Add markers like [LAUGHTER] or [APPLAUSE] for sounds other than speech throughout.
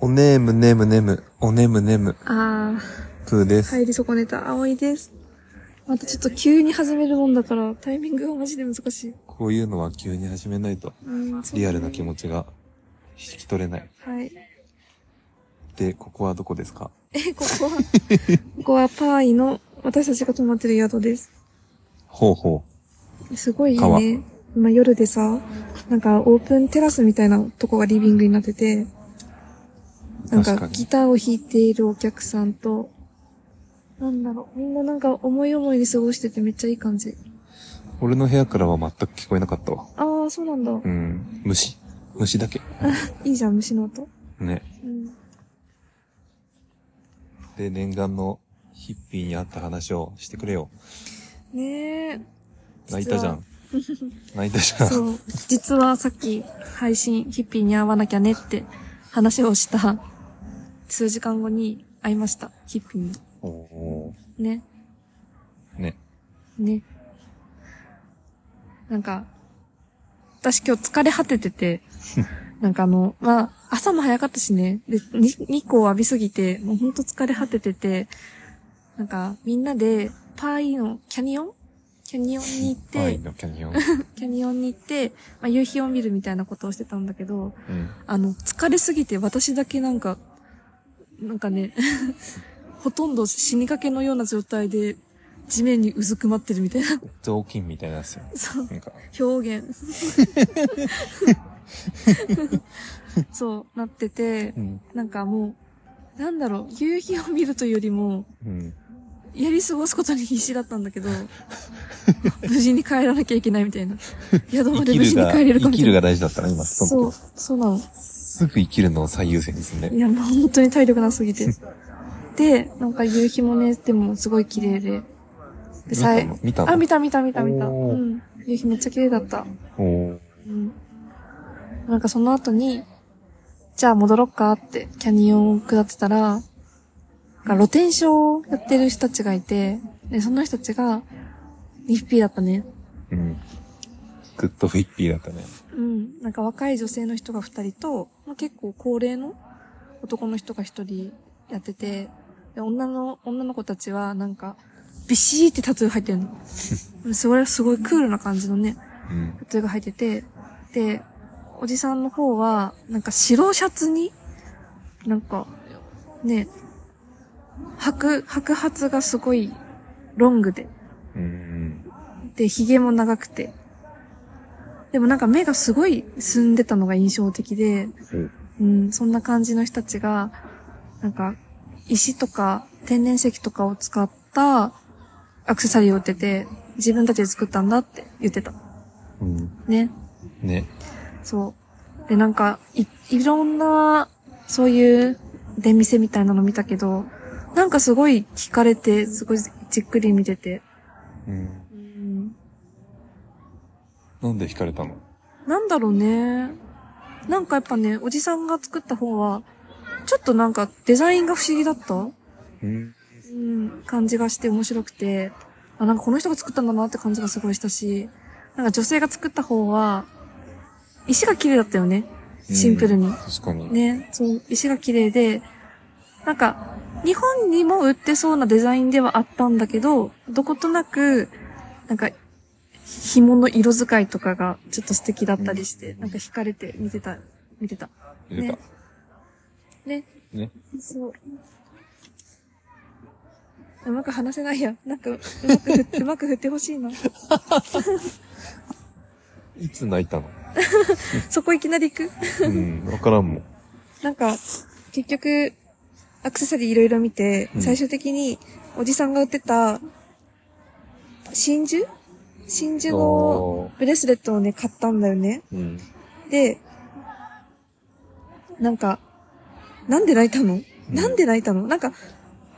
おねむねむねむ、おねむねむ、あプーでー、す。入り損ねた。葵です。またちょっと急に始めるもんだから、タイミングがマジで難しい。こういうのは急に始めないと、うん、リアルな気持持ちが引き取れない。ち。はい。で、ここはどこですかえ、ここは、 [LAUGHS] ここはパーイの、私たちが泊まってる宿です。ほうほすごいいい川ね。今夜でさ、なんかオープンテラスみたいなとこがリビングになってて、なん確かかにギターを弾いているお客さんと、なんだろう、みんななんか思い思いに過ごしててめっちゃいい感じ。う。俺の部屋からは全く聞こえなかったわ。ああ、そうなんだ。うん。虫。虫だ [LAUGHS] け。いいじゃん、虫の音。ね。うん。で、念願のヒッピーに会った話をしてくれよ。ねえ。泣いたじ [LAUGHS] ゃん。泣いたじゃん。そう。実はさっき配信ヒッピーに会わなきゃねって話をした数時間後に会いました。ヒッピーに。おおね。ーね。ね。なんか、私今日疲れ果ててて、なんかあの、まあ、朝も早かったしね、で、に日光を浴びすぎて、もうほんと疲れ果ててて、なんか、みんなで、パーイのキャニオンキャニオンに行っパイて、のキャニオン。キャニオンに行って、まあ、夕日を見るみたいなことをしてたんだけど、うん。あの、疲れすぎて私だけなんか、なんかね、 [LAUGHS] ほとんど死にかけのような状態で、地面にうずくまってるみたいな、雑巾みたいなんですよ。そう、なんか、表現。 [LAUGHS] そう、なっててう、ん。なんかもう、なんだろう、夕日を見るというよりも、うん。やり過ごすことに必死だったんだけど、 [LAUGHS] 無事に帰らなきゃいけないみたいな。宿ま生でき無る事にが、帰れるか生みきたるいがな。大事だったな、今。そそうう、。そうなの。すぐ生きるのを最優先ですね。いや、もう本当に体力なす [LAUGHS] ぎて。で、なんか夕日もね、でもすごい綺麗で。で、さえ、見たのあ、見た見た見た見た。おうーん。夕日めっちゃ綺麗だった。おーうん。なんかその後に、じゃあ戻ろっかって、キャニオンを下ってたら、なんか露天商をやってる人たちがいて、で、その人たちが、ニフピーだったね。うん。グッドフィッピーだったね。うん。なんか若い女性の人が二人と、まあ、結構高齢の男の人が一人やってて、で、女の、女の子たちはなんか、ビシーってタトゥー入ってるの。うんそれはすごいクールな感じのね、うん。タトゥーが入ってて、で、おじさんの方は、なんか白シャツに、なんか、ね、白、白髪がすごいロングで、うん。で、髭も長くて。でもなんか目がすごい澄んでたのが印象的で、うんうん、そんな感じの人たちが、なんか、石とか天然石とかを使ったアクセサリーを売ってて、自分たちで作ったんだって言ってた。うん。ね。ね。そう。で、なんか、い、いろんな、そういう出店みたいなの見たけど、なんかすごい惹かれて、すごいじっくり見てて。うん。うんなんで惹かれたのなんだろうね。なんかやっぱね、おじさんが作った方は、ちょっとなんかデザインが不思議だった、ううん。ん、感じがして面白くて、あ、なんかこの人が作ったんだなって感じがすごいしたし、なんか女性が作った方は、石が綺麗だったよね。シンプルに。確かに。ね、そう、石が綺麗で、なんか、日本にも売ってそうなデザインではあったんだけど、どことなく、なんか、紐の色使いとかがちょっと素敵だったりして、なんか惹かれて見てた、見てた。出た。ね。ね。そう。うまく話せないや。なんか、うまく振って、うまく振ってほしいな。いつ泣いたのそこいきなり行くうん。わからんもん。なんか、結局、アクセサリーいろいろ見て、うん最終的に、おじさんが売ってた、真珠真珠のおーブレスレットをね、買ったんだよね。うん。で、なんか、なんで泣いたの、うんなんで泣いたのなんか、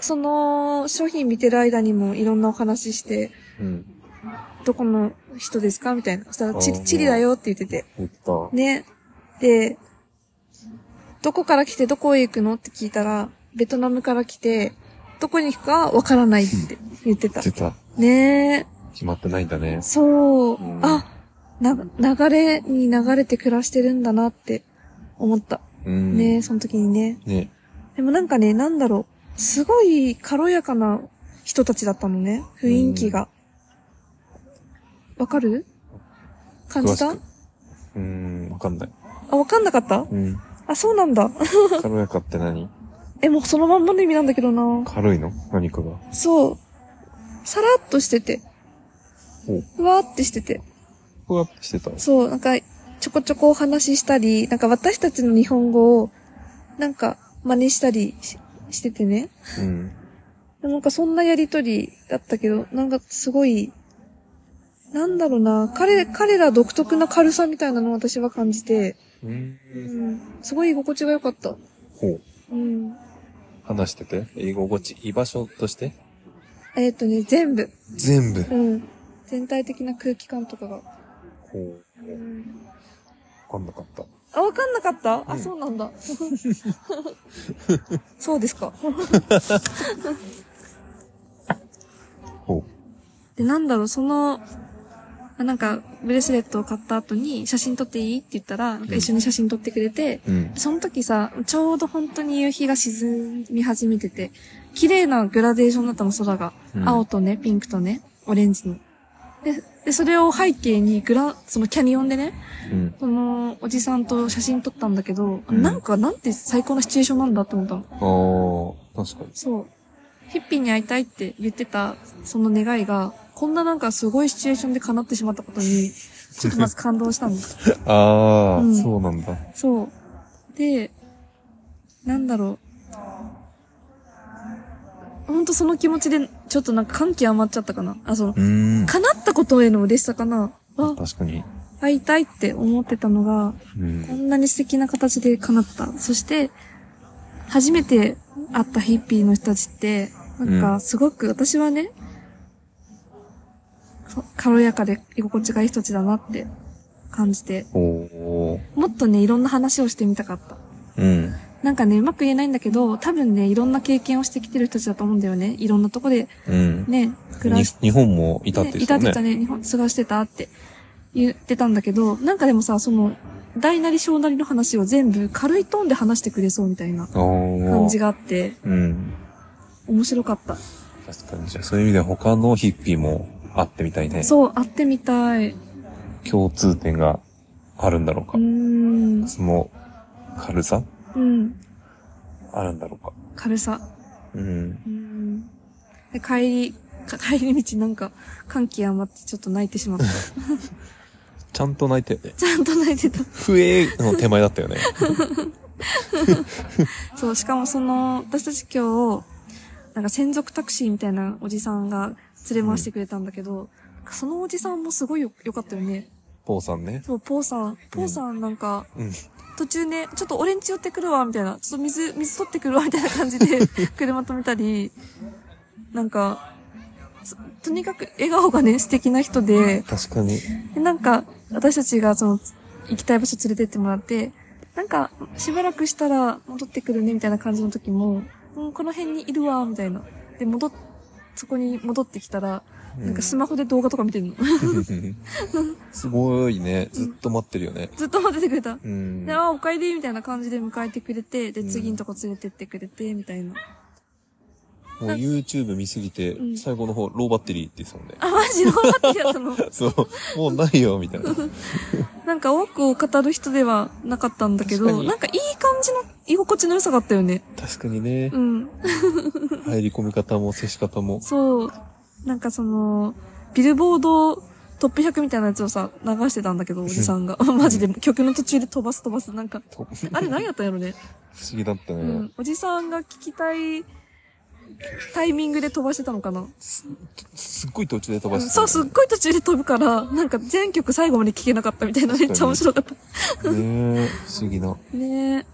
その、商品見てる間にもいろんなお話しして、うん。どこの人ですかみたいな。そしたら、チあリ、ーチリだよって言ってて。言った。ね。で、どこから来てどこへ行くのって聞いたら、ベトナムから来て、どこに行くかわからないって言ってた出。た。ね決まってないんだねえ、。そうう、んあ、な、流れに流れて暮らしてるんだなって思った。うん。ね、その時にね。ね。でもなんかね、なんだろう。すごい軽やかな人たちだったのね。雰囲気が。わかる感じた詳しうん、わかんない。あ、わかんなかったうん。あ、そうなんだ。軽やかって何え、もうそのまんまの意味なんだけどな。軽いの何かが。そう。さらっとしてて。おふわーってしてて。ふわっとしてた。そう、なんか、ちょこちょこお話ししたり、なんか私たちの日本語を、なんか、真似したりししててね。うん。でもなんかそんなやりとりだったけど、なんかすごい、なんだろうな、彼、彼ら独特な軽さみたいなのを私は感じて、うん。うん、すごい居心地が良かった。ほう。うん。話してて。居心地、居場所としてえっ、とね、全部。全部。うん。全体的な空気感とかが。ほう。うん、わかんなかった。あ、わかんなかった、うあ、んそうな [LAUGHS] んだ。そうですか。ほで、なんだろう、その、あなんか、ブレスレットを買った後に、写真撮っていいって言ったら、なんか一緒に写真撮ってくれて、う。うん。その時さ、ちょうど本当に夕日が沈み始めてて、綺麗なグラデーションだったの、空が。うん青とね、ピンクとね、オレンジの。で、で、それを背景にグラ、そのキャニオンでね、うん。そのおじさんと写真撮ったんだけど、うんなんか、なんて最高なシチュエーションなんだって思ったの。あー、確かに。そう。ヒッピーに会いたいって言ってた、その願いが、こんななんかすごいシチュエーションで叶ってしまったことに、ちょっとまず感動したの。 [LAUGHS] あー、うんそうなんだ。そう。で、なんだろう。ほんとその気持ちで、ちょっとなんか感極まっちゃったかな。あ、その、うーん。叶ったことへの嬉しさかな。あ、確かに。会いたいって思ってたのが、うこん。んなに素敵な形で叶った。そして、初めて会ったヒッピーの人たちって、なんうかんすごく私はね、そ軽やかで居心地がいい人たちだなって感じて、ほもっとね、いろんな話をしてみたかった。う。うん。なんかね、うまく言えないんだけど、多分ね、いろんな経験をしてきてる人たちだと思うんだよね。いろんなとこでうん。ね、暮らにし、日本もいたってね言いったたって言ったね。ね、日本、過ごしてたって言ってたんだけど、なんかでもさ、その、大なり小なりの話を全部軽いトーンで話してくれそうみたいなあー感じがあって、うん。面白かった。確かに。じゃあそういう意味では他のヒッピーも会ってみたいね。そう、会ってみたい。う共通点があるんだろうかー。ん、その軽さうん、あるんだろうか。軽さ。うん。うん。で帰り、 [LAUGHS] か帰り道なんか、歓喜余ってちょっと泣いてし [LAUGHS] まった。ちゃんと泣いてね。ちゃんと泣いてた。笛の手前だ [LAUGHS] ったよね。そう、しかもその、私たち今日、なんか専属タクシーみたいなおじさんが連れ回してくれたんだけど、そのおじさんもすごいよ良かったよね。ポーさんね。そう、ポーさん、ポーさんなんか、うん。途中ね、ちょっと俺んち寄ってくるわ、みたいな、ちょっと水、水取ってくるわ、みたいな感じで、 [LAUGHS] 車止めたり、なんか、そとにかく笑顔がね、素敵な人で、確かに。で、なんか、私たちがその、行きたい場所連れてってもらって、なんか、しばらくしたら戻ってくるね、みたいな感じの時も、うん、この辺にいるわ、みたいな。で、戻っ、そこに戻ってきたら、なんかスマホで動画とか見てるの。 [LAUGHS] [LAUGHS] すごいね。ずっと待ってるよね。ずっと待っててくれた。うんで、。あ、お帰り、みたいな感じで迎えてくれて、で、うん次のとこ連れてってくれて、みたいな。もう YouTube 見すぎてう、ん最後の方、ローバッテリーって言ってたもんね。あ、マジのってやった [LAUGHS] の。そう。もうないよ、みたいな。なんか多くを語る人ではなかったんだけ確ど、かになんかいい感じの居心地の良さがあったよね。 [LAUGHS] 確かにねう。ん。入り込み方も接し方も。そう。なんかその、ビルボードトップ100みたいなやつをさ、流してたんだ [LAUGHS] けど、おじさんが。 [LAUGHS] マジで曲の途中で飛ばす飛ばす。なんか、と不あれ何やったんやろね。思議だったうねん。。おじさんが聞きたいタイミングで飛ばしてたのかな。すっごい途中で飛うばんしてそう、すっごい途中で飛ぶから、なんか全曲最後まで聴けなかったみたいな、めっちゃ面白かった。ごい。ねえ不思議な。ねえ。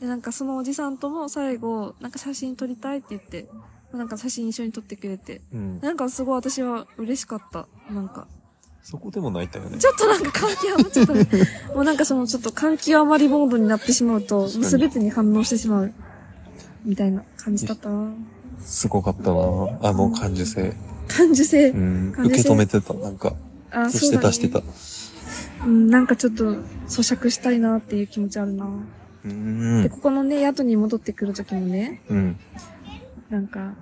で、なんかそのおじさんとも最後、なんか写真撮りたいって言って、なんか写真一緒に撮ってくれて。うん。なんかすごい私は嬉しかった。なんか。そこでも泣いたよね。ちょっとなんか感極まっちゃったね。もうなんかそのちょっと感極まりモードになってしまうと、もう確かに全てに反応してしまう。みたいな感じだったな。すごかったなあの感受性。感受性う。ん。感受受性け止めてた。なんか、あ、そそしうてだ、ね。たしてた。ううん、なんかちょっと咀嚼したいなっていう気持ちあるな。ーうで、ん。ここのね、宿に戻ってくる時もね、うん。なんか、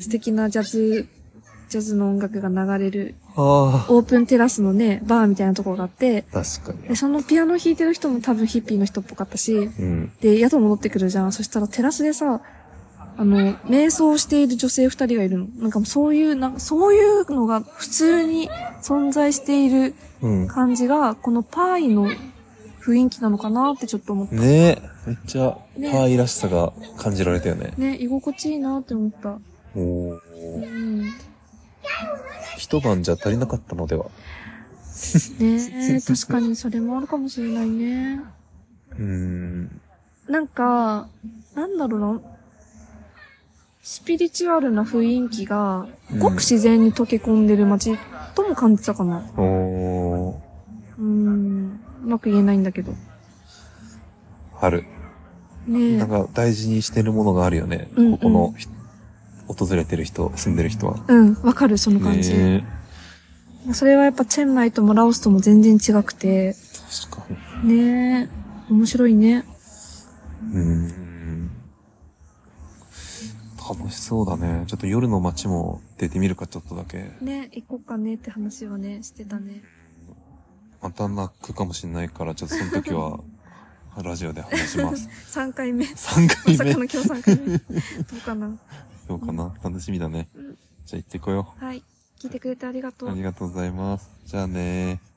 素敵なジャズ、ジャズの音楽が流れる、あオープンテラスのね、バーみたいなところがあって、あ。確かで、に。そのピアノ弾いてる人も多分ヒッピーの人っぽかったし、うん。で、宿戻ってくるじゃん。そしたらテラスでさ、あの、瞑想をしている女性二人がいるの。なんかもうそういう、なんかそういうのが普通に存在しているうん。感じが、このパーイの雰囲気なのかなってちょっと思った。ねえ。めっちゃ、ねパーイらしさが感じられたよね。ね、居心地いいなって思った。おお。うん。ね一晩じゃ足りなかったのでは。え、確かにそれもあるかもしれないね。うん。なんか、なんだろうな。スピリチュアルな雰囲気が、うんごく自然に溶け込んでる街とも感じたかな。おお。うーん、うまく言えないんだけど。春。ねえなん。か大事にしてるものがあるよね。うんうんここのひ、訪れてる人、住んでる人は。うん、わかる、その感じ。ねそれはやっぱチェンマイともラオスとも全然違くて、え。確かに。ねえ、面白いね。うん。楽しそうだね。ちょっと夜の街も出てみるか、ちょっとだけ。ねえ、行こうかねって話はね、してたね。また泣くかもしれないから、ちょっとその時は、 [LAUGHS] ラジオで話します。 3回目。 3 [LAUGHS] ま回さか目の今日3回 [LAUGHS] 目。どうかな。どうかな楽しみだねうん。じゃあ行ってこよはい。聞いてくれてありがとう。あうり。がとうございます。じゃあねー。